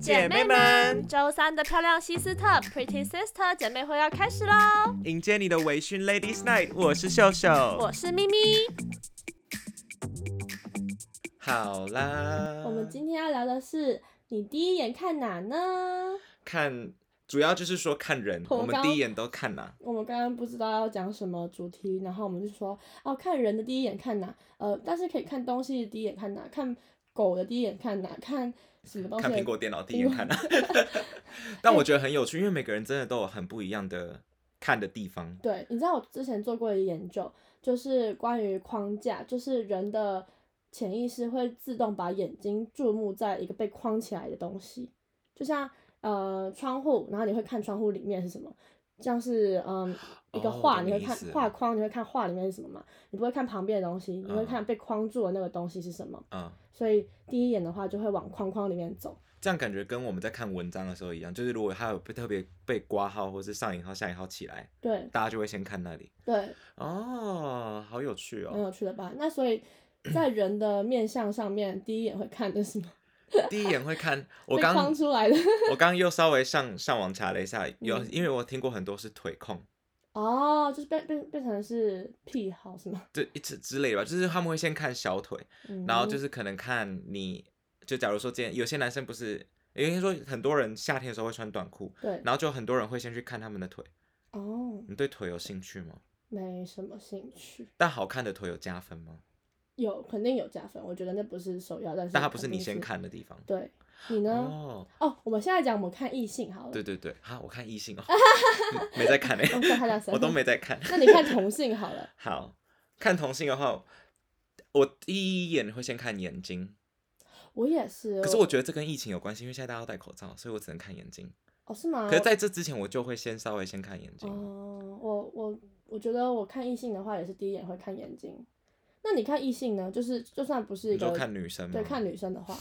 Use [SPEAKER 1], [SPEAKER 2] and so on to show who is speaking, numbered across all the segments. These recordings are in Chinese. [SPEAKER 1] 姐妹们，
[SPEAKER 2] 周三的漂亮西斯特 Pretty Sister 姐妹会要开始喽！
[SPEAKER 1] 迎接你的微醺 Ladies Night，我是秀秀。
[SPEAKER 2] 我是咪咪。
[SPEAKER 1] 好啦，
[SPEAKER 2] 我们今天要聊的是，你第一眼看哪呢？
[SPEAKER 1] 看，主要就是说看人，
[SPEAKER 2] 我
[SPEAKER 1] 我们
[SPEAKER 2] 刚
[SPEAKER 1] 第一眼都看哪？
[SPEAKER 2] 我们刚刚不知道要讲什么主题，然后我们就说，哦，看人的第一眼看哪，呃，但是可以看东西的第一眼看哪，看狗的第一眼看哪，看什么东西
[SPEAKER 1] 看
[SPEAKER 2] 的
[SPEAKER 1] 苹果电脑第一眼 看哪？但我觉得很有趣，因为每个人真的都有很不一样的看的地方。
[SPEAKER 2] 对，你知道我之前做过一个研究，就是关于框架，就是人的潜意识会自动把眼睛注目在一个被框起来的东西，就像呃窗户，然后你会看窗户里面是什么，像是嗯一个
[SPEAKER 1] 哦
[SPEAKER 2] 画，
[SPEAKER 1] 懂
[SPEAKER 2] 你会
[SPEAKER 1] 你意
[SPEAKER 2] 看
[SPEAKER 1] 思
[SPEAKER 2] 画框，你会看画里面是什么嘛，你不会看旁边的东西，你会
[SPEAKER 1] 嗯
[SPEAKER 2] 看被框住的那个东西是什么，
[SPEAKER 1] 嗯，
[SPEAKER 2] 所以第一眼的话就会往框框里面走。
[SPEAKER 1] 这样感觉跟我们在看文章的时候一样，就是如果它有被特别被挂号或是上引号、下引号起来，
[SPEAKER 2] 对
[SPEAKER 1] 大家就会先看那里。
[SPEAKER 2] 对，
[SPEAKER 1] 哦，好有趣
[SPEAKER 2] 蛮
[SPEAKER 1] 哦！
[SPEAKER 2] 有趣的吧？那所以在人的面相上面，第一眼会看的是什么？
[SPEAKER 1] 第一眼会看，我
[SPEAKER 2] 被
[SPEAKER 1] 刚
[SPEAKER 2] 框出来的嗯
[SPEAKER 1] 我刚刚又稍微上上网查了一下，有、因为我听过很多是腿控，
[SPEAKER 2] 哦，就是变变变成是癖好是吗？
[SPEAKER 1] 就一直之类的吧，就是他们会先看小腿，
[SPEAKER 2] 嗯、
[SPEAKER 1] 然后就是可能看你，就假如说今天有些男生不是，有些说很多人夏天的时候会穿短裤，
[SPEAKER 2] 对
[SPEAKER 1] 然后就很多人会先去看他们的腿，
[SPEAKER 2] 哦，
[SPEAKER 1] 你对腿有兴趣吗？
[SPEAKER 2] 没什么兴趣，
[SPEAKER 1] 但好看的腿有加分吗？
[SPEAKER 2] 有肯定有加分，我觉得那不是首要，但是
[SPEAKER 1] 但它不是
[SPEAKER 2] 肯
[SPEAKER 1] 你
[SPEAKER 2] 定
[SPEAKER 1] 先，看的地方。
[SPEAKER 2] 对你呢？
[SPEAKER 1] 哦，
[SPEAKER 2] 哦我们现在讲我们看异性好了，哦
[SPEAKER 1] 对对对，哈，我看异性 哦，嗯没在看哎、
[SPEAKER 2] 我看他俩谁，
[SPEAKER 1] 我都。没在看。
[SPEAKER 2] 那你看同性好了，
[SPEAKER 1] 好看同性的话，我第一眼会先看眼睛。
[SPEAKER 2] 我也是，哦
[SPEAKER 1] 可是我觉得这跟疫情有关系，因为现在大家都戴口罩，所以我只能看眼睛。
[SPEAKER 2] 哦是吗？
[SPEAKER 1] 可是在这之前，我就会先稍微先看眼睛。
[SPEAKER 2] 哦，我我我觉得我看异性的话也是第一眼会看眼睛，那你看异性呢？就是就算不是
[SPEAKER 1] 你
[SPEAKER 2] 一个
[SPEAKER 1] 就看女生吗？
[SPEAKER 2] 对看女生的话，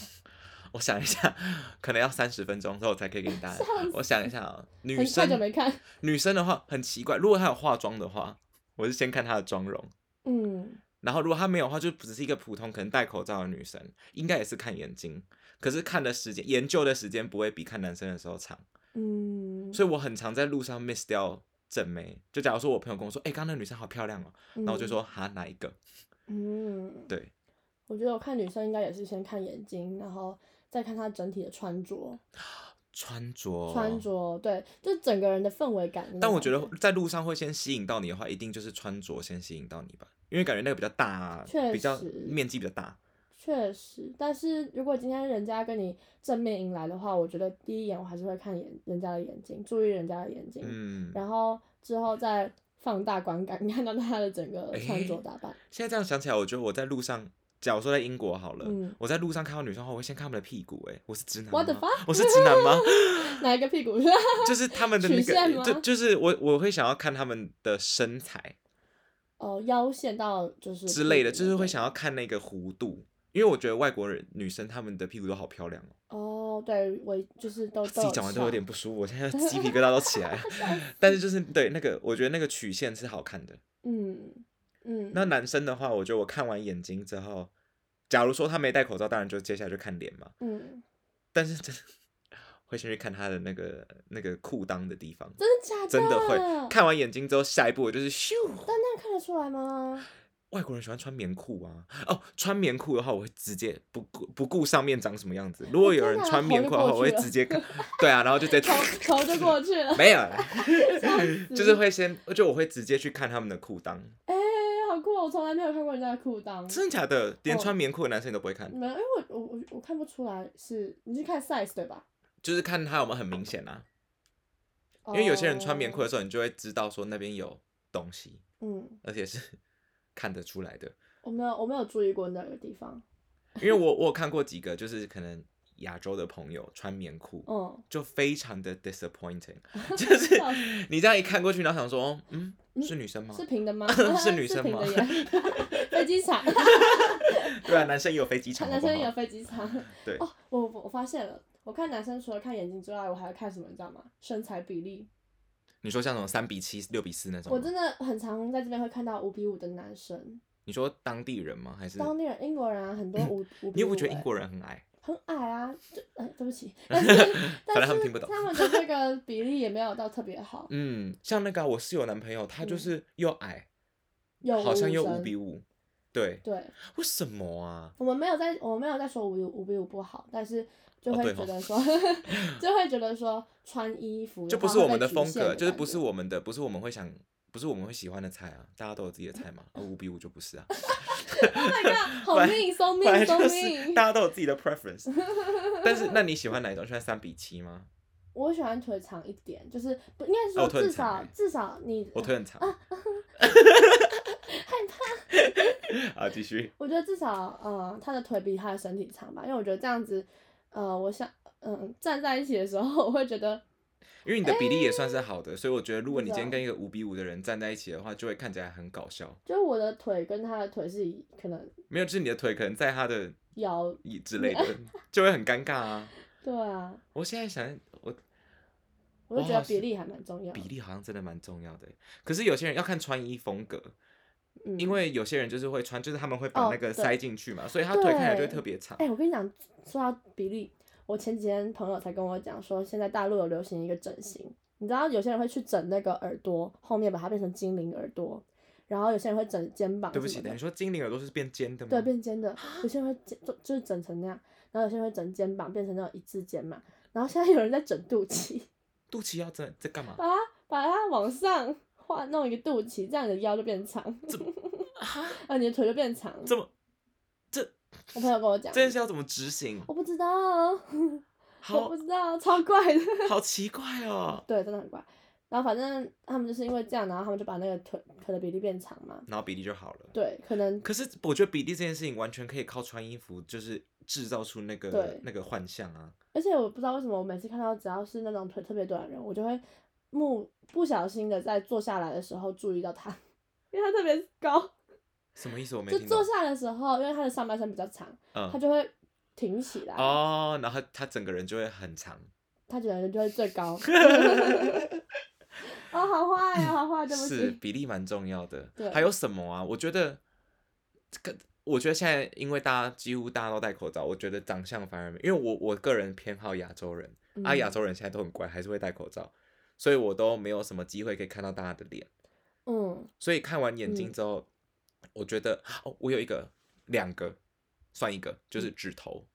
[SPEAKER 1] 我想一下，可能要三十分钟之后才可以给你答案
[SPEAKER 2] 笑死。
[SPEAKER 1] 我想一下啊、女
[SPEAKER 2] 很太久
[SPEAKER 1] 生
[SPEAKER 2] 没看，
[SPEAKER 1] 女生的话很奇怪，如果她有化妆的话，我是先看她的妆容。
[SPEAKER 2] 嗯。
[SPEAKER 1] 然后如果她没有的话，就只是一个普通可能戴口罩的女生，应该也是看眼睛。可是看的时间，研究的时间不会比看男生的时候长。
[SPEAKER 2] 嗯，
[SPEAKER 1] 所以我很常在路上 miss 掉正妹。就假如说我朋友跟我说，哎、刚刚那女生好漂亮哦、
[SPEAKER 2] 然
[SPEAKER 1] 然后我就，说，哈，哪一个？
[SPEAKER 2] 嗯，
[SPEAKER 1] 对，
[SPEAKER 2] 我觉得我看女生应该也是先看眼睛，然后再看她整体的穿着，
[SPEAKER 1] 穿着，
[SPEAKER 2] 穿。着，对，就整个人的氛围感。
[SPEAKER 1] 哦但我觉得在路上会先吸引到你的话，一定就是穿着先吸引到你吧，因为感觉那个比较大啊
[SPEAKER 2] 确实，
[SPEAKER 1] 比较面积比较大。
[SPEAKER 2] 确实，但是如果今天人家跟你正面迎来的话，我觉得第一眼我还是会看眼人家的眼睛，注意人家的眼睛，
[SPEAKER 1] 嗯，
[SPEAKER 2] 然后之后再放大观感， 看到她的整个穿着
[SPEAKER 1] 诶
[SPEAKER 2] 打扮。
[SPEAKER 1] 现在这样想起来，我觉得我在路上，假如说在英国好了，
[SPEAKER 2] 嗯
[SPEAKER 1] 我在路上看到女生后，我会先看她们的屁股、哎，我是直男吗
[SPEAKER 2] What the fuck？
[SPEAKER 1] 我是直男吗？
[SPEAKER 2] 哪一个屁股？
[SPEAKER 1] 就是他们的那
[SPEAKER 2] 曲线
[SPEAKER 1] 个，
[SPEAKER 2] 吗
[SPEAKER 1] 就就是我我会想要看他们的身材，
[SPEAKER 2] 哦，腰线到就是
[SPEAKER 1] 之类的，
[SPEAKER 2] 屁股
[SPEAKER 1] 就是
[SPEAKER 2] 那
[SPEAKER 1] 会
[SPEAKER 2] 边
[SPEAKER 1] 想要看那个弧度，因为我觉得外国人女生她们的屁股都好漂亮哦。
[SPEAKER 2] 哦，对，我就是都
[SPEAKER 1] 自
[SPEAKER 2] 都
[SPEAKER 1] 己
[SPEAKER 2] 有
[SPEAKER 1] 讲完都有
[SPEAKER 2] 翘
[SPEAKER 1] 点不舒服，我现在鸡皮疙瘩都起来了。但是就是对那个，我觉得那个曲线是好看的。
[SPEAKER 2] 嗯嗯，
[SPEAKER 1] 那男生的话，我觉得我看完眼睛之后，假如说他没戴口罩，当然就接下来就看脸嘛。
[SPEAKER 2] 嗯，
[SPEAKER 1] 但是真的会先去看他的那个那个裤裆的地方，
[SPEAKER 2] 真的假的？
[SPEAKER 1] 真的会。
[SPEAKER 2] 但
[SPEAKER 1] 看完眼睛之后，下一步我就是咻。
[SPEAKER 2] 那样看得出 来吗？
[SPEAKER 1] 外国人喜欢穿棉裤啊，哦，穿棉裤的话，我会直接不顾不顾上面长什么样子。如果有人穿棉裤的话，我
[SPEAKER 2] 我
[SPEAKER 1] 会
[SPEAKER 2] 天哪
[SPEAKER 1] 直接 看，对啊，然后就直接
[SPEAKER 2] 头头就过去
[SPEAKER 1] ，
[SPEAKER 2] 了
[SPEAKER 1] 没有啦，就是会先，就我会直接去看他们的裤裆，
[SPEAKER 2] 哎、好酷哦！我从来没有看过人家的裤裆。
[SPEAKER 1] 真的假的？连穿棉裤的男生你都不会看，
[SPEAKER 2] 没有，因为我我我我看不出来是你是看 size 对吧？
[SPEAKER 1] 就是看他有没有很明显啊。因为有些人穿棉裤
[SPEAKER 2] 哦
[SPEAKER 1] 的时候，你就会知道说那边有东西，
[SPEAKER 2] 嗯，
[SPEAKER 1] 而且是 看得出来的。
[SPEAKER 2] 我没有我没有注意过那个地方，
[SPEAKER 1] 因为我我有看过几个，就是可能亚洲的朋友穿棉裤，
[SPEAKER 2] 嗯，
[SPEAKER 1] 就非常的 disappointing，就是
[SPEAKER 2] 笑死
[SPEAKER 1] 你这样一看过去，然后想说，嗯，
[SPEAKER 2] 嗯
[SPEAKER 1] 是女生吗？
[SPEAKER 2] 是平的吗？
[SPEAKER 1] 是女生
[SPEAKER 2] 平
[SPEAKER 1] 吗
[SPEAKER 2] 的耶，飞机场，
[SPEAKER 1] 对啊，男生也有飞机场，好
[SPEAKER 2] 男
[SPEAKER 1] 不
[SPEAKER 2] 生有
[SPEAKER 1] 好？
[SPEAKER 2] 飞机场。
[SPEAKER 1] 对
[SPEAKER 2] 哦，我我我发现了，我看男生除了看眼睛之外，我还要看什么，你知道吗？身材比例。
[SPEAKER 1] 你说像那种三比七、六比四那种
[SPEAKER 2] 我
[SPEAKER 1] 吗，
[SPEAKER 2] 真的很常在这边会看到五比五的男生，
[SPEAKER 1] 你说当地人吗？还是
[SPEAKER 2] 当地人英国人啊，很多五五比五。
[SPEAKER 1] 嗯你有不觉得
[SPEAKER 2] 欸
[SPEAKER 1] 英国人很矮？
[SPEAKER 2] 很矮啊，就哎、对 不起，但是但
[SPEAKER 1] 能
[SPEAKER 2] 是
[SPEAKER 1] 他们听不懂
[SPEAKER 2] 他们的这个比例也没有到特别好，
[SPEAKER 1] 嗯，像那个啊我室友男朋友，他就
[SPEAKER 2] 嗯
[SPEAKER 1] 是又矮，
[SPEAKER 2] 有
[SPEAKER 1] 好像
[SPEAKER 2] 无
[SPEAKER 1] 又
[SPEAKER 2] 声
[SPEAKER 1] 五比五，对，
[SPEAKER 2] 对，
[SPEAKER 1] 为什么啊？
[SPEAKER 2] 我们没有在，我们没有在说五比五比五不好，但是就
[SPEAKER 1] 哦
[SPEAKER 2] 会
[SPEAKER 1] 对
[SPEAKER 2] 觉
[SPEAKER 1] 哦
[SPEAKER 2] 得 说，就会觉得说穿衣服
[SPEAKER 1] 就
[SPEAKER 2] 的
[SPEAKER 1] 不
[SPEAKER 2] 话
[SPEAKER 1] 是
[SPEAKER 2] 会
[SPEAKER 1] 我
[SPEAKER 2] 被
[SPEAKER 1] 们的
[SPEAKER 2] 局
[SPEAKER 1] 风
[SPEAKER 2] 限
[SPEAKER 1] 格，就是
[SPEAKER 2] 感
[SPEAKER 1] 不是
[SPEAKER 2] 觉
[SPEAKER 1] 我们的，不是我们会想，不是我们会喜欢的菜啊。大家都有自己的菜 嘛，而五比五就不是啊，
[SPEAKER 2] Oh my god，好
[SPEAKER 1] 本来
[SPEAKER 2] 命，so
[SPEAKER 1] 本来
[SPEAKER 2] mean，so
[SPEAKER 1] 就是大家
[SPEAKER 2] mean。
[SPEAKER 1] 都有自己的 preference。但是那你喜欢哪一种？喜欢三比七吗？
[SPEAKER 2] 我喜欢腿长一点，就是不应该是
[SPEAKER 1] 哦
[SPEAKER 2] 说
[SPEAKER 1] 我腿很
[SPEAKER 2] 至
[SPEAKER 1] 长
[SPEAKER 2] 少
[SPEAKER 1] 欸
[SPEAKER 2] 至少你
[SPEAKER 1] 我腿很长。
[SPEAKER 2] 害 怕。
[SPEAKER 1] 好，继续。
[SPEAKER 2] 我觉得至少呃，他的腿比他的身体长吧，因为我觉得这样子，呃，我想嗯、站在一起的时候， 我会觉得
[SPEAKER 1] 因为你的比例也算是好的，所以我觉得如果
[SPEAKER 2] 不
[SPEAKER 1] 你
[SPEAKER 2] 知
[SPEAKER 1] 今天
[SPEAKER 2] 道
[SPEAKER 1] 跟一个五比五的人站在一起的话，就会看起来很搞笑。
[SPEAKER 2] 就是我的腿跟他的腿是一可能
[SPEAKER 1] 没有，就是你的腿可能在他的
[SPEAKER 2] 腰，
[SPEAKER 1] 椅之类 的，就会很尴尬啊。
[SPEAKER 2] 对啊，
[SPEAKER 1] 我现在想，我
[SPEAKER 2] 我
[SPEAKER 1] 我
[SPEAKER 2] 就觉得
[SPEAKER 1] 好
[SPEAKER 2] 比
[SPEAKER 1] 像
[SPEAKER 2] 例还蛮重要的。
[SPEAKER 1] 比例好像真的蛮重要的。欸可是有些人要看穿衣风格，
[SPEAKER 2] 嗯，
[SPEAKER 1] 因为有些人就是会穿，就是他们会把
[SPEAKER 2] 哦
[SPEAKER 1] 那个
[SPEAKER 2] 对
[SPEAKER 1] 塞进去嘛，所以他腿看起来就会
[SPEAKER 2] 对
[SPEAKER 1] 特别长
[SPEAKER 2] 哎、。我跟你讲，说到比例，我前几天朋友才跟我讲说，现在大陆有流行一个整形，你知道有些人会去整那个耳朵，后面把它变成精灵耳朵，然后有些人会整肩膀
[SPEAKER 1] 对不
[SPEAKER 2] 什
[SPEAKER 1] 起，
[SPEAKER 2] 么
[SPEAKER 1] 等
[SPEAKER 2] 的
[SPEAKER 1] 于，说精灵耳朵是变尖的吗？
[SPEAKER 2] 对，变尖的，
[SPEAKER 1] 啊
[SPEAKER 2] 有些人会剪就就是整成那样，然后有些人会整肩膀变成那种一字肩嘛，然后现在有人在整肚脐，
[SPEAKER 1] 肚脐要在在干嘛？
[SPEAKER 2] 把它把它往上画弄一个肚脐，这样你的腰就变长， 啊，你的腿就变长，
[SPEAKER 1] 这么
[SPEAKER 2] 我朋友跟我讲
[SPEAKER 1] 这，件事要怎么执行？
[SPEAKER 2] 我不知道， 我
[SPEAKER 1] 好
[SPEAKER 2] 不知道，超怪的。
[SPEAKER 1] 好奇怪哦。
[SPEAKER 2] 对，真的很怪。然后反正他们就是因为这样，然后他们就把那个腿腿的比例变长嘛。
[SPEAKER 1] 然后比例就好了。
[SPEAKER 2] 对，可能
[SPEAKER 1] 可是我觉得比例这件事情完全可以靠穿衣服，就是制造出那个
[SPEAKER 2] 对
[SPEAKER 1] 那个幻象啊。
[SPEAKER 2] 而且我不知道为什么，我每次看到只要是那种腿特别短的人，我就会目不小心的在坐下来的时候注意到他，因为他特别高，
[SPEAKER 1] 什么意思？我没
[SPEAKER 2] 就
[SPEAKER 1] 听懂
[SPEAKER 2] 坐。下来的时候，因为他的上半身比较长，他
[SPEAKER 1] 嗯。
[SPEAKER 2] 就会挺起来，
[SPEAKER 1] 哦，然后他他整个人就会很长。
[SPEAKER 2] 他整个人就会最 高。哦，好坏呀、好坏，对不
[SPEAKER 1] 是
[SPEAKER 2] 起。
[SPEAKER 1] 比例蛮重要的。
[SPEAKER 2] 对
[SPEAKER 1] 还有什么啊？我觉得这个，我觉得现在因为大家几乎大家都戴口罩，我觉得长相反而没，因为我我个人偏好亚洲人，啊，
[SPEAKER 2] 嗯
[SPEAKER 1] 亚洲人现在都很乖，还是会戴口罩，所以我都没有什么机会可以看到大家的脸。
[SPEAKER 2] 嗯，
[SPEAKER 1] 所以看完眼睛
[SPEAKER 2] 嗯
[SPEAKER 1] 之后，我觉得哦，我有一个两个算一个，就是指头，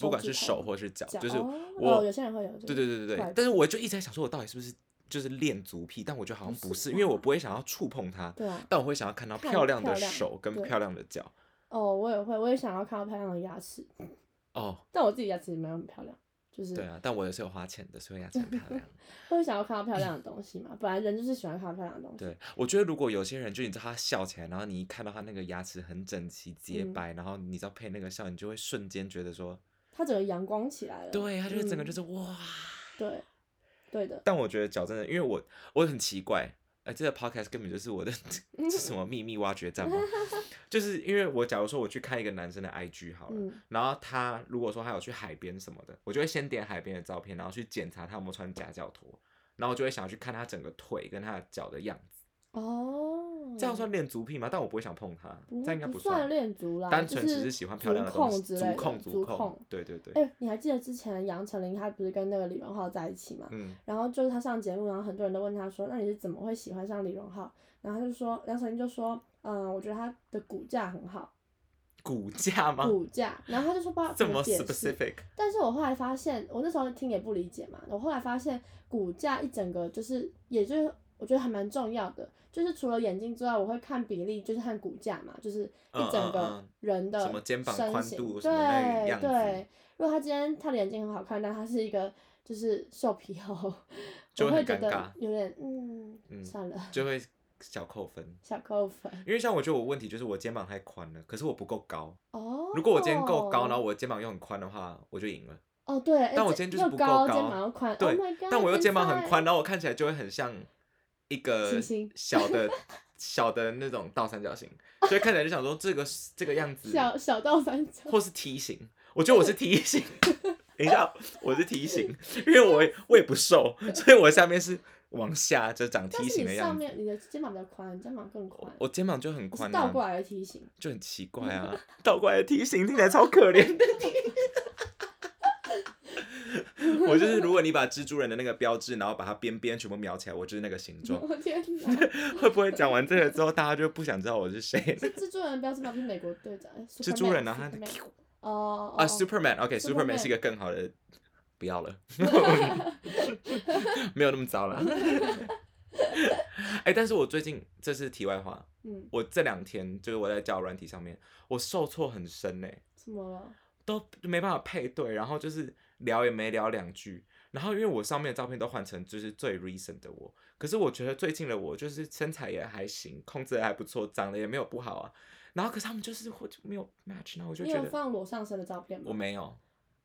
[SPEAKER 1] 不管
[SPEAKER 2] 嗯指
[SPEAKER 1] 是
[SPEAKER 2] 头
[SPEAKER 1] 手或是脚，
[SPEAKER 2] 脚
[SPEAKER 1] 就是
[SPEAKER 2] 哦
[SPEAKER 1] 我、
[SPEAKER 2] 哦有些人会有
[SPEAKER 1] 对
[SPEAKER 2] 这个
[SPEAKER 1] 对对对
[SPEAKER 2] 怪
[SPEAKER 1] 对，但是我就一直在想，说我到底是不是就是恋足癖？但我觉得好像
[SPEAKER 2] 不
[SPEAKER 1] 不
[SPEAKER 2] 是
[SPEAKER 1] 是，因为我
[SPEAKER 2] 吧
[SPEAKER 1] 不会想要触碰它，
[SPEAKER 2] 对啊。
[SPEAKER 1] 但我会想要看到
[SPEAKER 2] 看
[SPEAKER 1] 漂亮的
[SPEAKER 2] 漂亮
[SPEAKER 1] 手跟
[SPEAKER 2] 对
[SPEAKER 1] 漂亮的脚。
[SPEAKER 2] 哦，我也会，我也想要看到漂亮的牙齿，
[SPEAKER 1] 哦，
[SPEAKER 2] 但我自己牙齿没有很漂亮，就是
[SPEAKER 1] 对啊，但我也是有花钱的，所以 牙齿很漂亮。
[SPEAKER 2] 会想要看到漂亮的东西嘛。本来人就是喜欢看到漂亮的东西，
[SPEAKER 1] 对，我觉得如果有些人就你知道他笑起来，然后你一看到他那个牙齿很整齐洁
[SPEAKER 2] 嗯
[SPEAKER 1] 白，然后你知道配那个笑，你就会瞬间觉得说，
[SPEAKER 2] 它整个阳光起来了，
[SPEAKER 1] 对，他就会整个就
[SPEAKER 2] 嗯
[SPEAKER 1] 是哇。
[SPEAKER 2] 对，对的，
[SPEAKER 1] 但我觉得脚真的，因为我我很奇怪，哎、这个 podcast 根本就是我的 这是什么秘密挖掘站吗？ 就是因为我假如说我去看一个男生的 IG 好了，
[SPEAKER 2] 嗯
[SPEAKER 1] 然后他如果说他有去海边什么的，我就会先点海边的照片，然后去检查他有没有穿夹脚拖，然后我就会想要去看他整个腿跟他的脚的样子。
[SPEAKER 2] 哦，
[SPEAKER 1] 这样算恋足癖吗？但我不会想碰他，
[SPEAKER 2] 不
[SPEAKER 1] 这样应该
[SPEAKER 2] 不
[SPEAKER 1] 算。
[SPEAKER 2] 恋足啦，
[SPEAKER 1] 单
[SPEAKER 2] 就
[SPEAKER 1] 纯只
[SPEAKER 2] 是
[SPEAKER 1] 是喜欢漂亮的
[SPEAKER 2] 足
[SPEAKER 1] 东
[SPEAKER 2] 控
[SPEAKER 1] 西，
[SPEAKER 2] 之
[SPEAKER 1] 足
[SPEAKER 2] 类的
[SPEAKER 1] 控
[SPEAKER 2] 足
[SPEAKER 1] 控
[SPEAKER 2] 控，
[SPEAKER 1] 对对对，
[SPEAKER 2] 哎、你还记得之前杨丞琳她不是跟那个李荣浩在一起嘛？
[SPEAKER 1] 嗯，
[SPEAKER 2] 然后就是他上节目，然后很多人都问他说：“那你是怎么会喜欢上李荣浩？”然后他就说，杨丞琳就说：“嗯，我觉得他的骨架很好，
[SPEAKER 1] 骨架吗？
[SPEAKER 2] 骨架。”然后他就说不知道
[SPEAKER 1] 这
[SPEAKER 2] 么
[SPEAKER 1] 么
[SPEAKER 2] 解释。
[SPEAKER 1] specific？
[SPEAKER 2] 但是我后来发现，我那时候听也不理解嘛。我后来发现，骨架一整个就是，也就是我觉得还蛮重要的，就是除了眼睛之外，我会看比例，就是看骨架嘛，就是一整
[SPEAKER 1] 嗯嗯
[SPEAKER 2] 个
[SPEAKER 1] 嗯
[SPEAKER 2] 人的
[SPEAKER 1] 什么肩膀
[SPEAKER 2] 身
[SPEAKER 1] 宽
[SPEAKER 2] 形
[SPEAKER 1] 度什么那个
[SPEAKER 2] 对
[SPEAKER 1] 样子
[SPEAKER 2] 对，如果他今天他的眼睛很好看，但他是一个就是瘦皮猴，
[SPEAKER 1] 就
[SPEAKER 2] 我
[SPEAKER 1] 会
[SPEAKER 2] 会
[SPEAKER 1] 很
[SPEAKER 2] 觉
[SPEAKER 1] 尴
[SPEAKER 2] 得
[SPEAKER 1] 尬
[SPEAKER 2] 有点嗯
[SPEAKER 1] 嗯
[SPEAKER 2] 算了，
[SPEAKER 1] 就会小扣分。
[SPEAKER 2] 小扣分
[SPEAKER 1] 因为像我觉得我问题就是我肩膀太宽了，可是我不够高。
[SPEAKER 2] 哦。
[SPEAKER 1] 如果我今天够高，然后我的肩膀又很宽的话，我就赢了。
[SPEAKER 2] 哦对，哎
[SPEAKER 1] 但我
[SPEAKER 2] 这
[SPEAKER 1] 今天就是
[SPEAKER 2] 又
[SPEAKER 1] 不够
[SPEAKER 2] 高，
[SPEAKER 1] 高
[SPEAKER 2] 肩膀又宽，
[SPEAKER 1] 对
[SPEAKER 2] oh、my God,
[SPEAKER 1] 但我又肩膀很
[SPEAKER 2] 天才
[SPEAKER 1] 宽，然后我看起来就会很像一个
[SPEAKER 2] 星星
[SPEAKER 1] 小 的小的那种倒三角形，所以看起来就想说这个这个样子，
[SPEAKER 2] 小小到三角，
[SPEAKER 1] 或是梯形。我觉得我是梯形。 等一下，我是梯形，因为我也我也不瘦，所以我下面是往下就长
[SPEAKER 2] 但
[SPEAKER 1] 梯
[SPEAKER 2] 是
[SPEAKER 1] 形
[SPEAKER 2] 你
[SPEAKER 1] 的
[SPEAKER 2] 上
[SPEAKER 1] 样子。
[SPEAKER 2] 面你的肩膀比较宽，肩膀更宽，
[SPEAKER 1] 我肩膀就很
[SPEAKER 2] 你是
[SPEAKER 1] 宽、啊，
[SPEAKER 2] 倒过来的梯形。
[SPEAKER 1] 就很奇怪啊，倒过来的梯形听起来超可怜的。 我就是如果你把蜘蛛人的那个标志，然后把它边边全部描起来，我就是那个形 状。
[SPEAKER 2] 我 天哪！
[SPEAKER 1] 会不会讲完这个之后，大家就不想知道我是谁？
[SPEAKER 2] 是蜘蛛人的标志吗？不是美国队长？哎
[SPEAKER 1] 蜘蛛人啊
[SPEAKER 2] Superman，
[SPEAKER 1] 他
[SPEAKER 2] Superman 哦哦
[SPEAKER 1] 啊
[SPEAKER 2] 哦
[SPEAKER 1] ，Superman，OK，Superman
[SPEAKER 2] Superman
[SPEAKER 1] 是一个更好 的，不要了，没有那么糟了。 哎，但是我最近这是题外话，
[SPEAKER 2] 嗯，
[SPEAKER 1] 我这两天就是我在交友软体上面，我受挫很深欸呢、
[SPEAKER 2] 怎么了？
[SPEAKER 1] 都没办法配对，然后就是聊也没聊两句。然后因为我上面的照片都换成就是最 recent 的我，可是我觉得最近的我就是身材也还行，控制的还不错，长得也没有不好啊。然后可是他们就是会就没有 match，然后我就
[SPEAKER 2] 你
[SPEAKER 1] 觉
[SPEAKER 2] 有
[SPEAKER 1] 得
[SPEAKER 2] 放裸上身的照片吗？
[SPEAKER 1] 我。没有，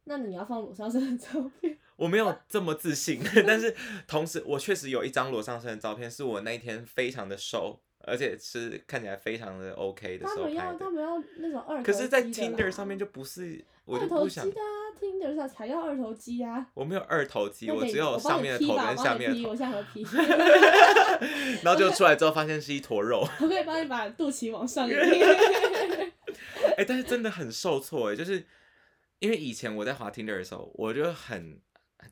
[SPEAKER 2] 那你要放裸上身的照片？
[SPEAKER 1] 我没有这么自信， 但是同时我确实有一张裸上身的照片，是我那一天非常的瘦，而且是看起来非常的 OK 的
[SPEAKER 2] 他
[SPEAKER 1] 时候
[SPEAKER 2] 们
[SPEAKER 1] 拍
[SPEAKER 2] 要
[SPEAKER 1] 的
[SPEAKER 2] 他。们要那种二头
[SPEAKER 1] 可是，在
[SPEAKER 2] 肌的啦
[SPEAKER 1] Tinder 上面就不是，我
[SPEAKER 2] 二
[SPEAKER 1] 就
[SPEAKER 2] 头
[SPEAKER 1] 不
[SPEAKER 2] 肌
[SPEAKER 1] 想，
[SPEAKER 2] 的啊，Tinder 上才要二头肌啊。
[SPEAKER 1] 我没有二头肌，
[SPEAKER 2] 那
[SPEAKER 1] 我
[SPEAKER 2] 可以
[SPEAKER 1] 只有
[SPEAKER 2] 帮
[SPEAKER 1] 上
[SPEAKER 2] 你
[SPEAKER 1] 面的
[SPEAKER 2] 劈
[SPEAKER 1] 头
[SPEAKER 2] 吧
[SPEAKER 1] 跟下
[SPEAKER 2] 我帮你
[SPEAKER 1] 面的
[SPEAKER 2] 劈，
[SPEAKER 1] 头，
[SPEAKER 2] 我现在合劈，
[SPEAKER 1] 然后就出来之后发现是一坨肉，
[SPEAKER 2] 我可以帮你把肚脐往上移。
[SPEAKER 1] 哎、但是真的很受挫哎，就是因为以前我在滑 Tinder 的时候，我就很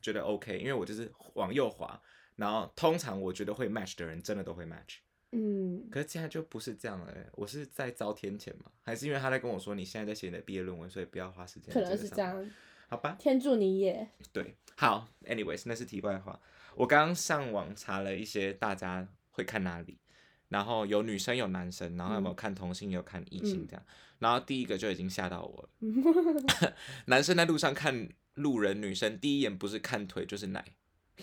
[SPEAKER 1] 觉得 OK，因为我就是往右滑，然后通常我觉得会 match 的人真的都会 match，
[SPEAKER 2] 嗯，
[SPEAKER 1] 可是现在就不是这样了哎，我是在遭天谴嘛，还是因为他在跟我说你现在在写你的毕业论文，所以不要花时间，
[SPEAKER 2] 可能是这，样。
[SPEAKER 1] 好吧？
[SPEAKER 2] 天助你也。
[SPEAKER 1] 对，好，anyways，那是题外话。我刚刚上网查了一些大家会看哪里，然后有女生有男生，然后有没有
[SPEAKER 2] 嗯
[SPEAKER 1] 看同性，有看异性
[SPEAKER 2] 嗯
[SPEAKER 1] 这样。然后第一个就已经吓到我了， 男生在路上看路人女生，第一眼不是看腿就是奶。
[SPEAKER 2] 哎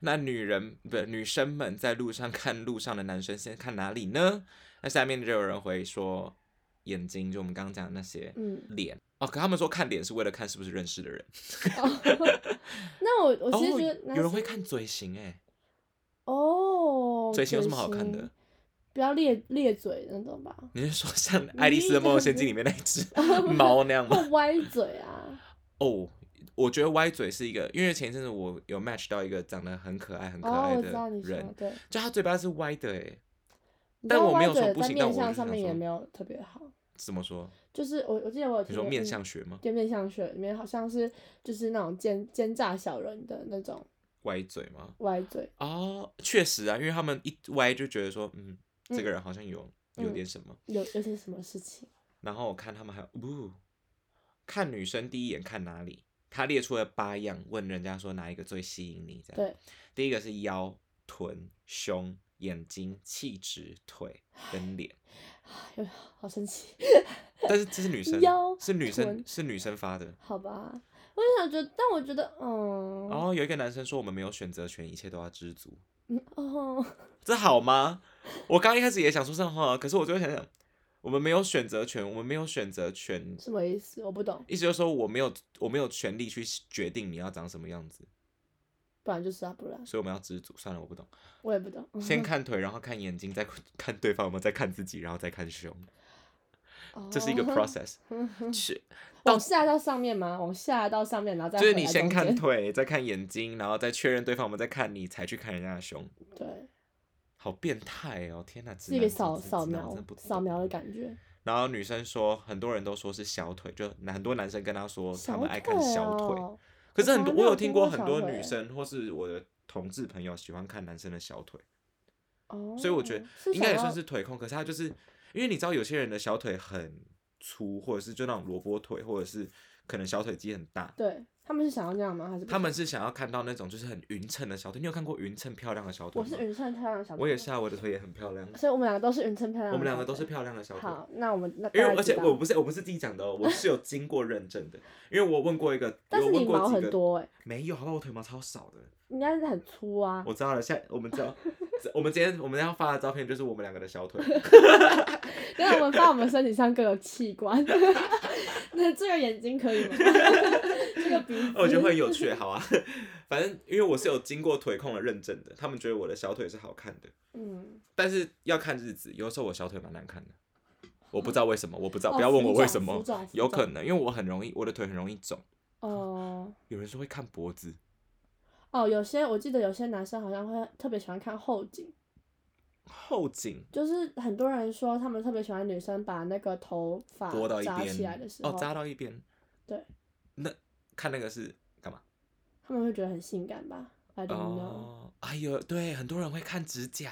[SPEAKER 1] 那女人不女生们在路上看路上的男生，先看哪里呢？那下面就有人回说眼睛，就我们刚刚讲的那些
[SPEAKER 2] 嗯，
[SPEAKER 1] 脸哦。可他们说看脸是为了看是不是认识的人。
[SPEAKER 2] 那我我其实
[SPEAKER 1] 哦，
[SPEAKER 2] 觉得男
[SPEAKER 1] 有人
[SPEAKER 2] 生
[SPEAKER 1] 会看嘴型哎、
[SPEAKER 2] 哦，
[SPEAKER 1] 嘴型有什么好看的
[SPEAKER 2] 嘴型？不要咧咧嘴那 种吧，
[SPEAKER 1] 你是说像《爱丽丝的梦游仙境》里面那一 只
[SPEAKER 2] 哦
[SPEAKER 1] 猫那样吗？
[SPEAKER 2] 会歪嘴啊。
[SPEAKER 1] 哦，我觉得歪嘴是一个，因为前一阵子我有 match 到一个长得很可爱、 很可
[SPEAKER 2] 哦，
[SPEAKER 1] 爱
[SPEAKER 2] 我
[SPEAKER 1] 的
[SPEAKER 2] 知道你说
[SPEAKER 1] 人，
[SPEAKER 2] 的对。
[SPEAKER 1] 就他嘴巴是歪的哎，
[SPEAKER 2] 你
[SPEAKER 1] 但
[SPEAKER 2] 知道
[SPEAKER 1] 我没
[SPEAKER 2] 歪
[SPEAKER 1] 有说
[SPEAKER 2] 嘴
[SPEAKER 1] 不
[SPEAKER 2] 在
[SPEAKER 1] 行但
[SPEAKER 2] 面
[SPEAKER 1] 我
[SPEAKER 2] 相
[SPEAKER 1] 就想
[SPEAKER 2] 上面也
[SPEAKER 1] 说
[SPEAKER 2] 没有特别好，
[SPEAKER 1] 怎么说？
[SPEAKER 2] 就是我我记得我有
[SPEAKER 1] 你
[SPEAKER 2] 听
[SPEAKER 1] 说
[SPEAKER 2] 过
[SPEAKER 1] 面
[SPEAKER 2] 嗯
[SPEAKER 1] 相学吗？
[SPEAKER 2] 对面相学里面好像是就是那种奸奸诈小人的那种
[SPEAKER 1] 歪嘴吗？
[SPEAKER 2] 歪嘴，
[SPEAKER 1] 哦，确实啊，因为他们一歪就觉得说，嗯，
[SPEAKER 2] 嗯
[SPEAKER 1] 这个人好像有有
[SPEAKER 2] 嗯
[SPEAKER 1] 点什么。
[SPEAKER 2] 有有些什么事情？
[SPEAKER 1] 然后我看他们还有，不、看女生第一眼看哪里？他列出了八样，问人家说哪一个最吸引你？这样。
[SPEAKER 2] 对，
[SPEAKER 1] 第一个是腰、臀、胸、眼睛、气质、腿跟 脸，
[SPEAKER 2] 哎呦，好生气，
[SPEAKER 1] 但是这是女生，
[SPEAKER 2] 腰
[SPEAKER 1] 是女生
[SPEAKER 2] 臀，
[SPEAKER 1] 是女生发的。
[SPEAKER 2] 好吧。我也想觉得，但我觉得，嗯，
[SPEAKER 1] 然后有一个男生说我们没有选择权，一切都要知足，
[SPEAKER 2] 嗯哦，
[SPEAKER 1] 这好吗？我刚一开始也想说这种话，啊可是我就想想，我们没有选择权，我们没有选择权，
[SPEAKER 2] 什么意思？我不懂。
[SPEAKER 1] 意思就是说我没有我没有权利去决定你要长什么样子，
[SPEAKER 2] 不然就是啊，不然
[SPEAKER 1] 所以我们要知足。算了，我不懂，
[SPEAKER 2] 我也不懂。
[SPEAKER 1] 先看腿，然后看眼睛，再 看对方有没有在看自己，然后再看胸，这是一个
[SPEAKER 2] 哦
[SPEAKER 1] process。
[SPEAKER 2] 往
[SPEAKER 1] 去
[SPEAKER 2] 下到上面吗？往下到上面，然后再
[SPEAKER 1] 就是
[SPEAKER 2] 回
[SPEAKER 1] 你
[SPEAKER 2] 来
[SPEAKER 1] 先
[SPEAKER 2] 中
[SPEAKER 1] 看
[SPEAKER 2] 间
[SPEAKER 1] 腿，再看眼睛，然后再确认对方我们在看你，才去看人家的胸，
[SPEAKER 2] 对，
[SPEAKER 1] 好变态哦！天哪，
[SPEAKER 2] 是一个
[SPEAKER 1] 直男
[SPEAKER 2] 扫
[SPEAKER 1] 直
[SPEAKER 2] 扫
[SPEAKER 1] 直男我
[SPEAKER 2] 描
[SPEAKER 1] 真的不懂
[SPEAKER 2] 扫描的感觉。
[SPEAKER 1] 然后女生说，很多人都说是小腿，就很多男生跟她说哦他
[SPEAKER 2] 小
[SPEAKER 1] 们爱看小腿，
[SPEAKER 2] 哦，
[SPEAKER 1] 可是很多
[SPEAKER 2] 我从来没有
[SPEAKER 1] 我有听过
[SPEAKER 2] 听
[SPEAKER 1] 很
[SPEAKER 2] 过
[SPEAKER 1] 多
[SPEAKER 2] 小腿
[SPEAKER 1] 女生或是我的同志朋友喜欢看男生的小腿，
[SPEAKER 2] 哦
[SPEAKER 1] 所以我觉得
[SPEAKER 2] 是
[SPEAKER 1] 应该
[SPEAKER 2] 想
[SPEAKER 1] 也算
[SPEAKER 2] 要
[SPEAKER 1] 是腿控，可是他就是因为你知道有些人的小腿很粗，或者是就那种萝卜腿，或者是可能小腿肌很大，
[SPEAKER 2] 对，他们是想要那样吗？还是不
[SPEAKER 1] 他们
[SPEAKER 2] 想？
[SPEAKER 1] 是想要看到那种就是很匀称的小腿。你有看过匀称漂亮的小腿
[SPEAKER 2] 我
[SPEAKER 1] 吗？
[SPEAKER 2] 是匀称漂亮的小腿，
[SPEAKER 1] 我也是，啊，我的腿也很 漂亮。
[SPEAKER 2] 所以我们两个都是匀称漂
[SPEAKER 1] 我
[SPEAKER 2] 亮的啊小腿。
[SPEAKER 1] 们两个都是漂亮的小腿。
[SPEAKER 2] 好，那我们那
[SPEAKER 1] 因为
[SPEAKER 2] 大家
[SPEAKER 1] 而且
[SPEAKER 2] 知道
[SPEAKER 1] 我不是我不是自己讲的哦，我 是有经过认证的。因为我问过一个，
[SPEAKER 2] 但是
[SPEAKER 1] 有
[SPEAKER 2] 你
[SPEAKER 1] 问过
[SPEAKER 2] 毛
[SPEAKER 1] 几
[SPEAKER 2] 很
[SPEAKER 1] 个，
[SPEAKER 2] 多哎，
[SPEAKER 1] 没有，好吧，我腿毛超少的。
[SPEAKER 2] 应该是很粗啊。
[SPEAKER 1] 我知道了，下我们知 道，我们今天我们要发的照片就是我们两个的小腿。
[SPEAKER 2] 因为我们把我们身体上各个器官， 那这个眼睛可以吗？ 这个鼻子，
[SPEAKER 1] 我觉得会很有趣，好啊。 反正因为我是有经过腿控的认证的，他们觉得我的小腿是好看的，
[SPEAKER 2] 嗯，
[SPEAKER 1] 但是要看日子，有时候我小腿蛮难看的，我不知道为什么，我不知道，不要
[SPEAKER 2] 哦
[SPEAKER 1] 问我
[SPEAKER 2] 浮
[SPEAKER 1] 为
[SPEAKER 2] 肿
[SPEAKER 1] 什么
[SPEAKER 2] 浮肿浮，
[SPEAKER 1] 有可
[SPEAKER 2] 肿
[SPEAKER 1] 能因为我很容易我的腿很容易肿。
[SPEAKER 2] 哦
[SPEAKER 1] 有人说会看脖子，
[SPEAKER 2] 哦，有些我记得有些男生好像会特别喜欢看后颈，
[SPEAKER 1] 后颈
[SPEAKER 2] 就是很多人说他们特别喜欢女生把那个头发
[SPEAKER 1] 拨到一
[SPEAKER 2] 啊扎起来
[SPEAKER 1] 边
[SPEAKER 2] 的，时候，
[SPEAKER 1] 哦，扎到一边，
[SPEAKER 2] 对，
[SPEAKER 1] 那看那个是干嘛？
[SPEAKER 2] 他们会觉得很性感吧？I don't know，、
[SPEAKER 1] 哦，哎呦，对，很多人会看指甲，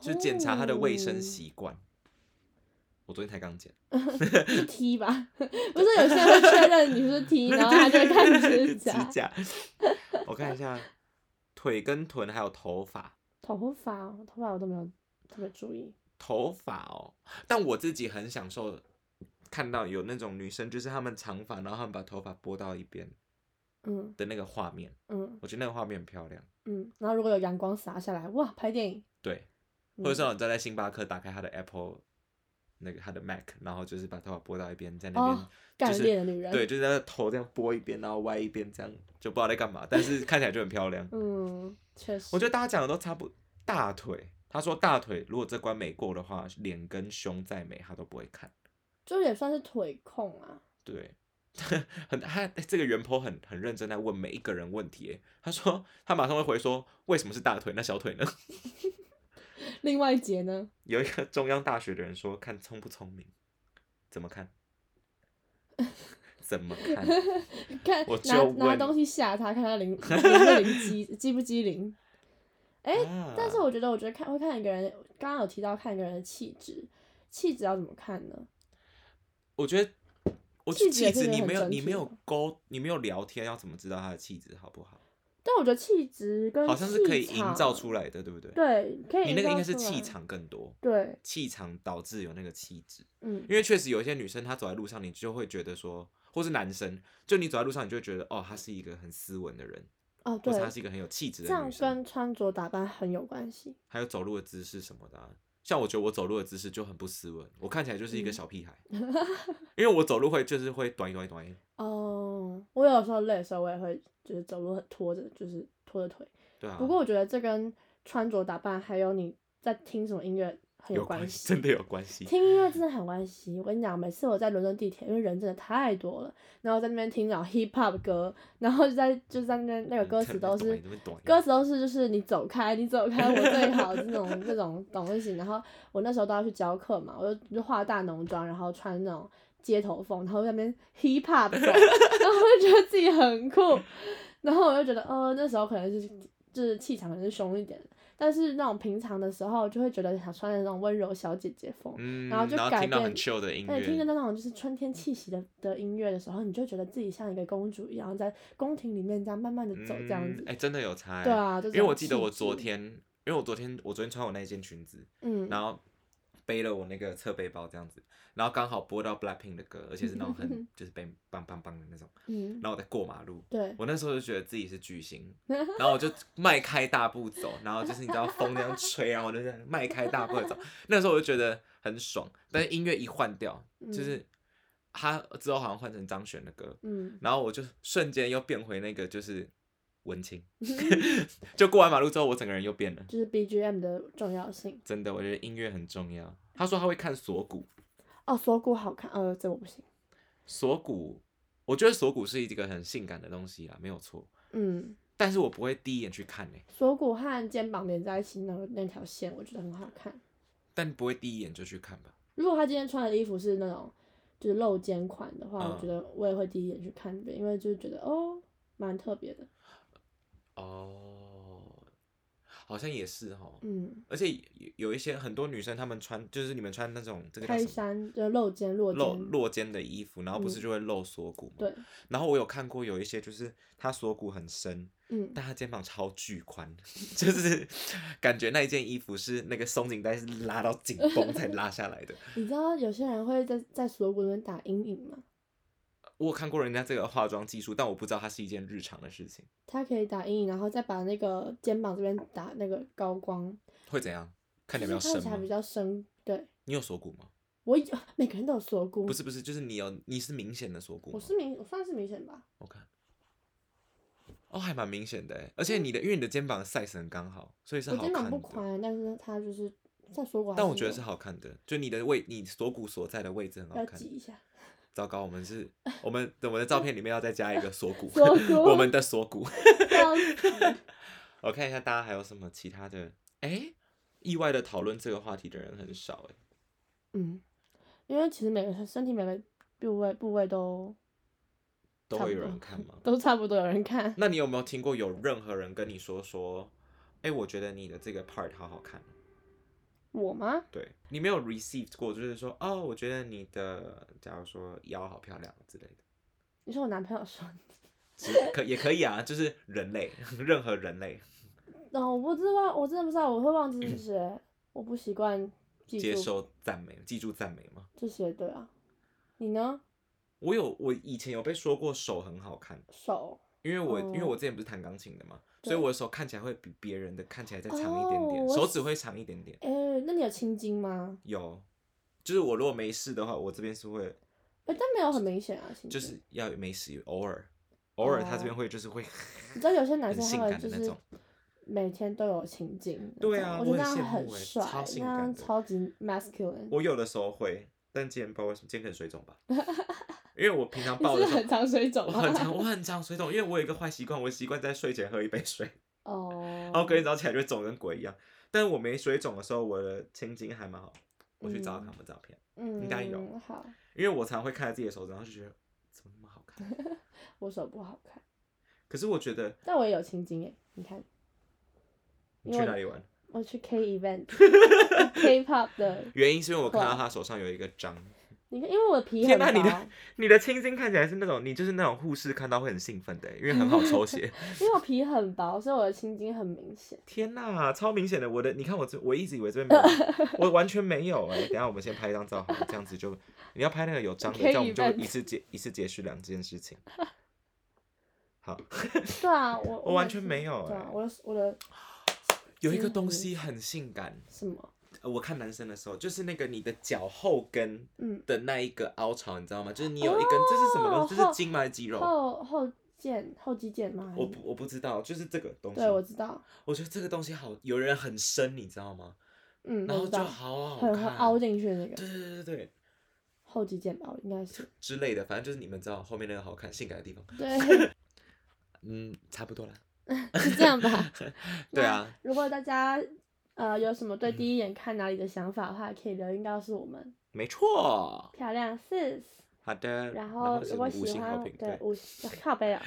[SPEAKER 1] 就检查他的卫生习惯。我昨天才刚剪，
[SPEAKER 2] 哦是 T 吧？ 不是有些人会确认你是 T，然后他就会看指甲
[SPEAKER 1] 指、甲。我看一下，腿跟臀还有头发，
[SPEAKER 2] 头发哦，头发我都没有特别注意。
[SPEAKER 1] 头发哦。但我自己很享受看到有那种女生，就是她们长发，然后她们把头发拨到一边
[SPEAKER 2] 嗯
[SPEAKER 1] 的那个画面，
[SPEAKER 2] 嗯
[SPEAKER 1] 我觉得那个画面很漂亮。
[SPEAKER 2] 嗯，然后如果有阳光洒下来，哇，拍电影。
[SPEAKER 1] 对，
[SPEAKER 2] 嗯
[SPEAKER 1] 或者说你知道在星巴克打开他的 Apple 那个他的 Mac，然后就是把头发拨到一边，在那边、
[SPEAKER 2] 哦，干练的女人。
[SPEAKER 1] 对，，就是在头这样拨一边，然后歪一边，这样就不知道在干嘛，但是看起来就很漂 亮。
[SPEAKER 2] 嗯，确实。
[SPEAKER 1] 我觉得大家讲的都差不大腿，他说大腿如果这关没过的话，脸跟胸再美他都不会看。
[SPEAKER 2] 就也算是腿控啊。
[SPEAKER 1] 对， 很他这个袁坡很很认真在问每一个人问题耶。他说他马上会回说为什么是大腿，那小腿呢？
[SPEAKER 2] 另外一节呢，
[SPEAKER 1] 有一个中央大学的人说：“看聪不聪明，怎么看？ 怎么看？
[SPEAKER 2] 看
[SPEAKER 1] 我就
[SPEAKER 2] 拿拿
[SPEAKER 1] 问
[SPEAKER 2] 东西吓他，看他 灵灵不灵机，机不机灵。哎、
[SPEAKER 1] 啊
[SPEAKER 2] 但是我觉得，我觉得看会看一个人，刚刚有提到看一个人的气质，气质要怎么看呢？
[SPEAKER 1] 我觉得，我
[SPEAKER 2] 气
[SPEAKER 1] 气
[SPEAKER 2] 质也是
[SPEAKER 1] 质
[SPEAKER 2] 一个
[SPEAKER 1] 你
[SPEAKER 2] 很啊
[SPEAKER 1] 没有
[SPEAKER 2] 整
[SPEAKER 1] 你
[SPEAKER 2] 体
[SPEAKER 1] 没有
[SPEAKER 2] 的
[SPEAKER 1] 勾，你没有聊天，要怎么知道他的气质好不好？
[SPEAKER 2] 但我觉得气质跟
[SPEAKER 1] 好像是可以
[SPEAKER 2] 气
[SPEAKER 1] 营造
[SPEAKER 2] 场
[SPEAKER 1] 出来的，对不对？
[SPEAKER 2] 对，可以
[SPEAKER 1] 你那个应
[SPEAKER 2] 营造
[SPEAKER 1] 该是
[SPEAKER 2] 出来
[SPEAKER 1] 气。场更多，
[SPEAKER 2] 对，
[SPEAKER 1] 气场导致有那个气质。
[SPEAKER 2] 嗯，
[SPEAKER 1] 因为确实有一些女生，她走在路上，你就会觉得说，或是男生，就你走在路上，你就会觉得哦，她是一个很斯文的人，
[SPEAKER 2] 哦，
[SPEAKER 1] 或
[SPEAKER 2] 对
[SPEAKER 1] 是，她是一个很有气质
[SPEAKER 2] 这
[SPEAKER 1] 的
[SPEAKER 2] 样
[SPEAKER 1] 女生。
[SPEAKER 2] 跟穿着打扮很有关系。
[SPEAKER 1] 还有走路的姿势什么的啊、像我觉得我走路的姿势就很不斯文，我看起来就是一个
[SPEAKER 2] 嗯
[SPEAKER 1] 小屁孩， 因为我走路会就是会短一短一短一，
[SPEAKER 2] 哦，我有时候累的时候，我也会就是走路很拖着，就是拖着腿。
[SPEAKER 1] 对啊。
[SPEAKER 2] 不过我觉得这跟穿着打扮还有你在听什么音乐很
[SPEAKER 1] 有
[SPEAKER 2] 关
[SPEAKER 1] 系，真的有关系。
[SPEAKER 2] 听音乐真的很有关系。我跟你讲，每次我在伦敦地铁，因为人真的太多了，然后在那边听那种 hip hop 歌，然后就在就在那边
[SPEAKER 1] 嗯
[SPEAKER 2] 那个歌词都
[SPEAKER 1] 哎欸
[SPEAKER 2] 是。歌
[SPEAKER 1] 歌
[SPEAKER 2] 词都是就是你走开，你走开，我最好这种这种懂意思。然后我那时候都要去教课嘛，我就就化大浓妆，然后穿那种街头风，然后在那边 hip hop 走，然后我就觉得自己很酷。然后我就觉得，呃，那时候可能是就是气场可能是凶一点的，但是那种平常的时候就会觉得想穿的那种温柔小姐姐风。
[SPEAKER 1] 嗯，
[SPEAKER 2] 然后就改
[SPEAKER 1] 听到很
[SPEAKER 2] 变
[SPEAKER 1] chill 的音
[SPEAKER 2] 而且听着
[SPEAKER 1] 乐，
[SPEAKER 2] 那种就是春天气息的的音乐的时候，你就觉得自己像一个公主一样，在宫廷里面这样慢慢的走这样
[SPEAKER 1] 嗯
[SPEAKER 2] 子。
[SPEAKER 1] 哎、真的有差、欸。
[SPEAKER 2] 对，啊，这
[SPEAKER 1] 因为
[SPEAKER 2] 种
[SPEAKER 1] 我记得
[SPEAKER 2] 气
[SPEAKER 1] 我昨
[SPEAKER 2] 质，
[SPEAKER 1] 天，因为我昨天我昨天穿我那一件裙子，
[SPEAKER 2] 嗯，
[SPEAKER 1] 然后背了我那个侧背包这样子，然后刚好播到 Blackpink 的歌，而且是那种 很就是被棒棒棒的那种，
[SPEAKER 2] 嗯
[SPEAKER 1] 然，后我在过马路，
[SPEAKER 2] 对，
[SPEAKER 1] 我那时候就觉得自己是巨星，然后我就迈开大步走，然后就是你知道风这样吹，啊然后我就这样迈开大步地走。那时候我就觉得很爽，但是音乐一换掉，就是他之后好像换成张悬的歌，
[SPEAKER 2] 嗯，
[SPEAKER 1] 然后我就瞬间又变回那个就是文青，就过完马路之后，我整个人又变了。
[SPEAKER 2] 就是 BGM 的重要性。
[SPEAKER 1] 真的，我觉得音乐很重要。他说他会看锁骨，
[SPEAKER 2] 哦，锁骨好看，呃，这我不行。
[SPEAKER 1] 锁骨，我觉得锁骨是一个很性感的东西啦，没有错。
[SPEAKER 2] 嗯，
[SPEAKER 1] 但是我不会第一眼去看欸诶、
[SPEAKER 2] 锁骨和肩膀连在一起那个那条线，我觉得很好看。
[SPEAKER 1] 但不会第一眼就去看吧。
[SPEAKER 2] 如果他今天穿的衣服是那种就是露肩款的话，我
[SPEAKER 1] 嗯
[SPEAKER 2] 觉得我也会第一眼去看的，因为就是觉得哦，蛮特别的。
[SPEAKER 1] 哦，好像也是哦。
[SPEAKER 2] 嗯，
[SPEAKER 1] 而且有有一些很多女生，她们穿就是你们穿那种这个叫
[SPEAKER 2] 开
[SPEAKER 1] 什么
[SPEAKER 2] 衫就露肩落肩，
[SPEAKER 1] 露落肩的衣服，然后不是
[SPEAKER 2] 嗯
[SPEAKER 1] 就会露锁骨吗？
[SPEAKER 2] 对，
[SPEAKER 1] 然后我有看过有一些就是她锁骨很深，
[SPEAKER 2] 嗯，
[SPEAKER 1] 但她肩膀超巨宽， 就是感觉那一件衣服是那个松紧带是拉到紧绷才拉下 来的。
[SPEAKER 2] 你知道有些人会在在锁骨里面打阴影吗？
[SPEAKER 1] 我有看过人家这个化妆技术，但我不知道它是一件日常的事情，
[SPEAKER 2] 他可以打阴影，然后再把那个肩膀这边打那个高光，
[SPEAKER 1] 会怎样？看
[SPEAKER 2] 就
[SPEAKER 1] 起来
[SPEAKER 2] 是
[SPEAKER 1] 比较深
[SPEAKER 2] 看起来比
[SPEAKER 1] 吗？
[SPEAKER 2] 较深。对，
[SPEAKER 1] 你有锁骨吗？
[SPEAKER 2] 我有每个人都有锁骨，
[SPEAKER 1] 不是不是，就是你有你是明显的锁骨吗？
[SPEAKER 2] 我是明，我算是明显吧。
[SPEAKER 1] 我看，哦，还蛮明显的欸，而且你的因为你的肩膀的 size 很刚好，所以是
[SPEAKER 2] 我
[SPEAKER 1] 好
[SPEAKER 2] 肩膀
[SPEAKER 1] 看
[SPEAKER 2] 不
[SPEAKER 1] 的。
[SPEAKER 2] 宽，但啊是它就是在锁骨还有，
[SPEAKER 1] 但我觉得是好看的，就你的位，你锁骨所在的位置很好
[SPEAKER 2] 要
[SPEAKER 1] 看
[SPEAKER 2] 挤。一下。
[SPEAKER 1] 糟糕，我们是，我们我们的照片里面要再加一个锁骨，
[SPEAKER 2] 锁骨
[SPEAKER 1] 我们的锁骨。
[SPEAKER 2] 笑死
[SPEAKER 1] 我看一下大家还有什么其他的，哎、意外的讨论这个话题的人很少哎。
[SPEAKER 2] 嗯，因为其实每个身体每个部位部位都
[SPEAKER 1] 都
[SPEAKER 2] 差
[SPEAKER 1] 会
[SPEAKER 2] 不
[SPEAKER 1] 有人
[SPEAKER 2] 多
[SPEAKER 1] 看吗？
[SPEAKER 2] 都差不多有人看。
[SPEAKER 1] 那你有没有听过有任何人跟你说说，哎、我觉得你的这个 part 好好看？
[SPEAKER 2] 我吗？
[SPEAKER 1] 对你没有 received 过，就是说，哦，我觉得你的，假如说腰好漂亮之类的，
[SPEAKER 2] 你说我男朋友说，
[SPEAKER 1] 只可也可以啊，就是人类， 任何人类
[SPEAKER 2] 然哦后我不知道，我真的不知道，我会忘记这些，我不习惯记
[SPEAKER 1] 接
[SPEAKER 2] 住
[SPEAKER 1] 受赞美，记住赞美吗？
[SPEAKER 2] 这些。对啊，你呢？
[SPEAKER 1] 我有，我以前有被说过手很好看，
[SPEAKER 2] 手
[SPEAKER 1] 因为我、
[SPEAKER 2] 哦
[SPEAKER 1] 因为我之前不是弹钢琴的嘛，
[SPEAKER 2] 对
[SPEAKER 1] 所以我的手看起来会比别人的看起来再长一点点，
[SPEAKER 2] 哦我
[SPEAKER 1] 手指会长一点点。
[SPEAKER 2] 哎、那你有青筋吗？
[SPEAKER 1] 有，就是我如果没事的话，我这边是会
[SPEAKER 2] 哎、但没有很明显啊，青筋。
[SPEAKER 1] 就是要没事，偶尔偶尔他这边
[SPEAKER 2] 哦
[SPEAKER 1] 会就是会
[SPEAKER 2] 你知道有些男
[SPEAKER 1] 很
[SPEAKER 2] 生
[SPEAKER 1] 性
[SPEAKER 2] 他
[SPEAKER 1] 感
[SPEAKER 2] 们
[SPEAKER 1] 的
[SPEAKER 2] 就
[SPEAKER 1] 那
[SPEAKER 2] 是
[SPEAKER 1] 种。
[SPEAKER 2] 每天都有情景，
[SPEAKER 1] 对啊
[SPEAKER 2] 我
[SPEAKER 1] 我
[SPEAKER 2] 觉得那
[SPEAKER 1] 很
[SPEAKER 2] 样
[SPEAKER 1] 羡
[SPEAKER 2] 很
[SPEAKER 1] 慕欸
[SPEAKER 2] 帅
[SPEAKER 1] 超，性
[SPEAKER 2] 那
[SPEAKER 1] 感
[SPEAKER 2] 样
[SPEAKER 1] 的
[SPEAKER 2] 超级 masculine。
[SPEAKER 1] 我有的时候会，但今天不知道为什么，今天可能水肿 吧，因为我平常
[SPEAKER 2] 你
[SPEAKER 1] 抱
[SPEAKER 2] 是
[SPEAKER 1] 的时
[SPEAKER 2] 不是
[SPEAKER 1] 候
[SPEAKER 2] 很常水肿
[SPEAKER 1] 我
[SPEAKER 2] 啊？
[SPEAKER 1] 很常我很常水肿，因为我有一个坏习惯，我习惯在睡前喝一杯水，
[SPEAKER 2] 哦，
[SPEAKER 1] 然后隔天早上起来就会肿得跟鬼一样。但是我没水肿的时候，我的青筋还蛮好。我去找
[SPEAKER 2] 嗯
[SPEAKER 1] 他们照片，
[SPEAKER 2] 嗯，
[SPEAKER 1] 应该有
[SPEAKER 2] 好，
[SPEAKER 1] 因为我常会看着自己的手指，然后就觉得怎么那么好 看。
[SPEAKER 2] 我手不好看，
[SPEAKER 1] 可是我觉得
[SPEAKER 2] 但我也有青筋耶。你看，
[SPEAKER 1] 你
[SPEAKER 2] 因
[SPEAKER 1] 去
[SPEAKER 2] 为
[SPEAKER 1] 哪里玩？
[SPEAKER 2] 我去 K event，K pop 的，
[SPEAKER 1] 原因是因为我看
[SPEAKER 2] 哇
[SPEAKER 1] 到他手上有一个章。
[SPEAKER 2] 你看，因为我的皮
[SPEAKER 1] 天
[SPEAKER 2] 很
[SPEAKER 1] 哪你的
[SPEAKER 2] 薄，
[SPEAKER 1] 你的青筋看起来是那种，你就是那种护士看到会很兴奋的，欸因为很好抽血。
[SPEAKER 2] 因为我皮很薄，所以我的青筋很明显。
[SPEAKER 1] 天呐，超明显的！我的，你看我这，我一直以为这边没有，我完全没有哎、等一下我们先拍一张照好了，这样子就你要拍那个有章的，
[SPEAKER 2] 可
[SPEAKER 1] 这
[SPEAKER 2] 以
[SPEAKER 1] 样我们就
[SPEAKER 2] 吧
[SPEAKER 1] 一次结一次结束两件事情。好，
[SPEAKER 2] 对啊，我
[SPEAKER 1] 我完全没
[SPEAKER 2] 有
[SPEAKER 1] 有
[SPEAKER 2] 对
[SPEAKER 1] 哎、
[SPEAKER 2] 啊，我的我的
[SPEAKER 1] 有一个东西很性感，
[SPEAKER 2] 什么？
[SPEAKER 1] 呃我看男生的时候，就是那个你的脚后跟
[SPEAKER 2] 嗯，
[SPEAKER 1] 的那一个凹槽，你知道吗？就是你有一根，这是什么东西？这
[SPEAKER 2] 后
[SPEAKER 1] 是筋吗？还是肌肉？
[SPEAKER 2] 后后腱后肌腱吗？
[SPEAKER 1] 我不我不知道，就是这个东西。
[SPEAKER 2] 对，我知道，
[SPEAKER 1] 我觉得这个东西好，有人很深，你知道吗？
[SPEAKER 2] 嗯，
[SPEAKER 1] 然
[SPEAKER 2] 我
[SPEAKER 1] 后
[SPEAKER 2] 知
[SPEAKER 1] 就
[SPEAKER 2] 道，
[SPEAKER 1] 好好
[SPEAKER 2] 很会
[SPEAKER 1] 看，
[SPEAKER 2] 凹进去那个
[SPEAKER 1] 对对对对对。
[SPEAKER 2] 后肌腱吧，应该 是
[SPEAKER 1] 之类的，反正就是你们知道后面那个好看、性感的地方。
[SPEAKER 2] 对，
[SPEAKER 1] 嗯，差不多了。
[SPEAKER 2] 是这样吧？
[SPEAKER 1] 对啊，嗯
[SPEAKER 2] 如果大家呃有什么对第一眼看哪里的想法的话，可以留言告诉我们。
[SPEAKER 1] 没错。
[SPEAKER 2] 漂亮 sis，
[SPEAKER 1] 好的。
[SPEAKER 2] 然后
[SPEAKER 1] 是
[SPEAKER 2] 如果
[SPEAKER 1] 五
[SPEAKER 2] 喜
[SPEAKER 1] 星好
[SPEAKER 2] 欢
[SPEAKER 1] 评，
[SPEAKER 2] 对
[SPEAKER 1] 对，
[SPEAKER 2] 五星靠 背啊，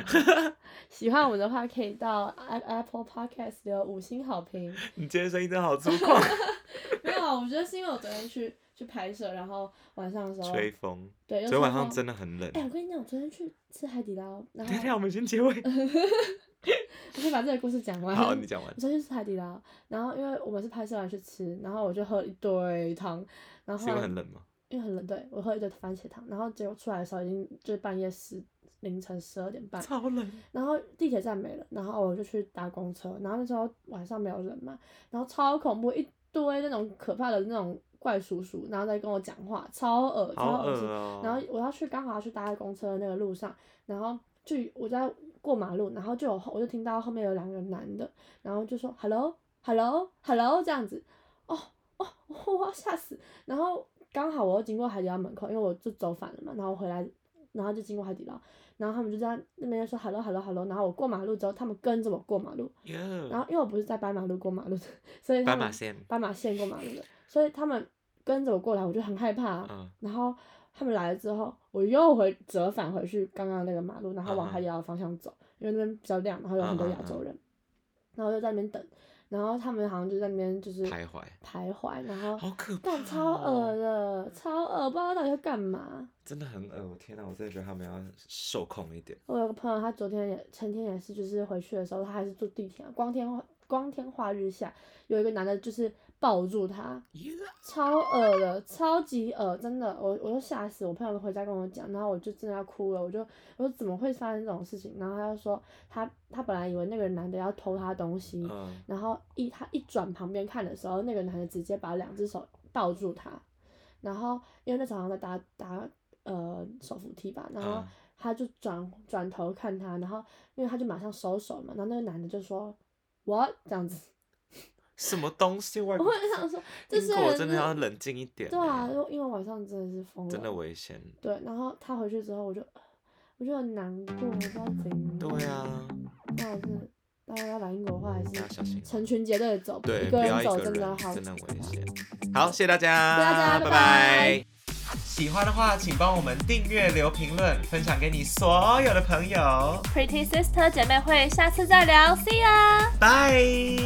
[SPEAKER 2] 喜欢我们的话可以到 App- Apple Podcast 留五星 好评。
[SPEAKER 1] 你今天声音真的好 粗犷，
[SPEAKER 2] 没有啊，我觉得是因为我昨天去去拍摄，然后晚上的时候，
[SPEAKER 1] 吹风。
[SPEAKER 2] 对，又
[SPEAKER 1] 昨天晚上
[SPEAKER 2] 吹风
[SPEAKER 1] 真的很冷。
[SPEAKER 2] 哎、我跟你讲，我昨天去吃海底捞， 然后
[SPEAKER 1] 等一下，我们先结 尾。
[SPEAKER 2] 我先把这个故事讲完。
[SPEAKER 1] 好，你讲完
[SPEAKER 2] 我。先去吃海底捞，然后因为我们是拍摄完去吃，然后我就喝一堆汤，然后
[SPEAKER 1] 是因
[SPEAKER 2] 后
[SPEAKER 1] 为
[SPEAKER 2] 来
[SPEAKER 1] 很冷吗？
[SPEAKER 2] 因为很冷，对我喝一堆番茄汤，然后结果出来的时候已经就是半夜十凌晨十二点半，
[SPEAKER 1] 超冷。
[SPEAKER 2] 然后地铁站没了，然后我就去搭公车，然后那时候晚上没有人嘛，然后超恐怖，一堆那种可怕的那种怪叔叔，然后在跟我讲话，超恶
[SPEAKER 1] 好
[SPEAKER 2] 超
[SPEAKER 1] 恶
[SPEAKER 2] 恶心。
[SPEAKER 1] 哦。
[SPEAKER 2] 然后我要去刚好要去搭在公车的那个路上，然后就我在过马路，然后就有后我就听到后面有两个男的，然后就说 “hello hello hello” 这样子，哦哦， 我要吓死。然后刚好我又经过海底捞门口，因为我就走反了嘛，然后我回来，然后就经过海底捞，然后他们就在那边说 “hello hello hello”，然后我过马路之后，他们跟着我过马路，然
[SPEAKER 1] 然
[SPEAKER 2] 后因为我不是在斑马路过马路的，所以
[SPEAKER 1] 嗯
[SPEAKER 2] 他
[SPEAKER 1] 斑
[SPEAKER 2] 们
[SPEAKER 1] 马线。
[SPEAKER 2] 斑马线过马路的，所以他们跟着我过来，我就很害怕啊、
[SPEAKER 1] 嗯，
[SPEAKER 2] 然后他们来了之后，我又回折返回去刚刚那个马路，然后往
[SPEAKER 1] 嗯嗯
[SPEAKER 2] 海底捞的方向走，因为那边比较亮，然后有很多
[SPEAKER 1] 嗯嗯
[SPEAKER 2] 亚洲人，然后就在那边等，然后他们好像就在那边就是
[SPEAKER 1] 徘徊。
[SPEAKER 2] 徘徊，然后
[SPEAKER 1] 好可怕哦。
[SPEAKER 2] 干超恶的，超恶，不知道到底要干嘛。
[SPEAKER 1] 真的很恶。我天哪，我真的觉得他们要受控一点。
[SPEAKER 2] 我有个朋友，他昨天也前天也是，就是回去的时候，他还是坐地铁啊，光天化光天化日下，有一个男的就是抱住他，超恶的，超级恶，真的，我我都吓死。我朋友回家跟我讲，然后我就真的要哭了，我就我说怎么会发生这种事情？然后他就说他他本来以为那个男的要偷他东西，
[SPEAKER 1] 嗯。
[SPEAKER 2] 然后一他一转旁边看的时候，那个男的直接把两只手抱住他，然后因为那时候好像在搭搭呃手扶梯吧，然后
[SPEAKER 1] 嗯
[SPEAKER 2] 他就转转头看他，然后因为他就马上收手嘛，然后那个男的就说 “what” 这样子，
[SPEAKER 1] 什么东西？我
[SPEAKER 2] 我很想说这
[SPEAKER 1] 英
[SPEAKER 2] 些
[SPEAKER 1] 国
[SPEAKER 2] 人
[SPEAKER 1] 真的要冷静一点。欸
[SPEAKER 2] 对啊，。因为晚上真的是疯了，
[SPEAKER 1] 真的危险。
[SPEAKER 2] 对，然后他回去之后我就我就很难过，我不知道怎样，
[SPEAKER 1] 对啊，
[SPEAKER 2] 到底是大家要来英国的话，还
[SPEAKER 1] 要
[SPEAKER 2] 是
[SPEAKER 1] 小心。哦
[SPEAKER 2] 成群结队的走，
[SPEAKER 1] 啊对，
[SPEAKER 2] 个
[SPEAKER 1] 不要
[SPEAKER 2] 人
[SPEAKER 1] 一个
[SPEAKER 2] 走
[SPEAKER 1] 人
[SPEAKER 2] 真的 好
[SPEAKER 1] 真的危险。好，谢谢大家，
[SPEAKER 2] 谢谢大家
[SPEAKER 1] 拜拜
[SPEAKER 2] 拜拜
[SPEAKER 1] 喜欢的话，请帮我们订阅、留评论、分享给你所有的朋友。
[SPEAKER 3] Pretty Sister 姐妹会，下次再聊，See ya。
[SPEAKER 1] 拜。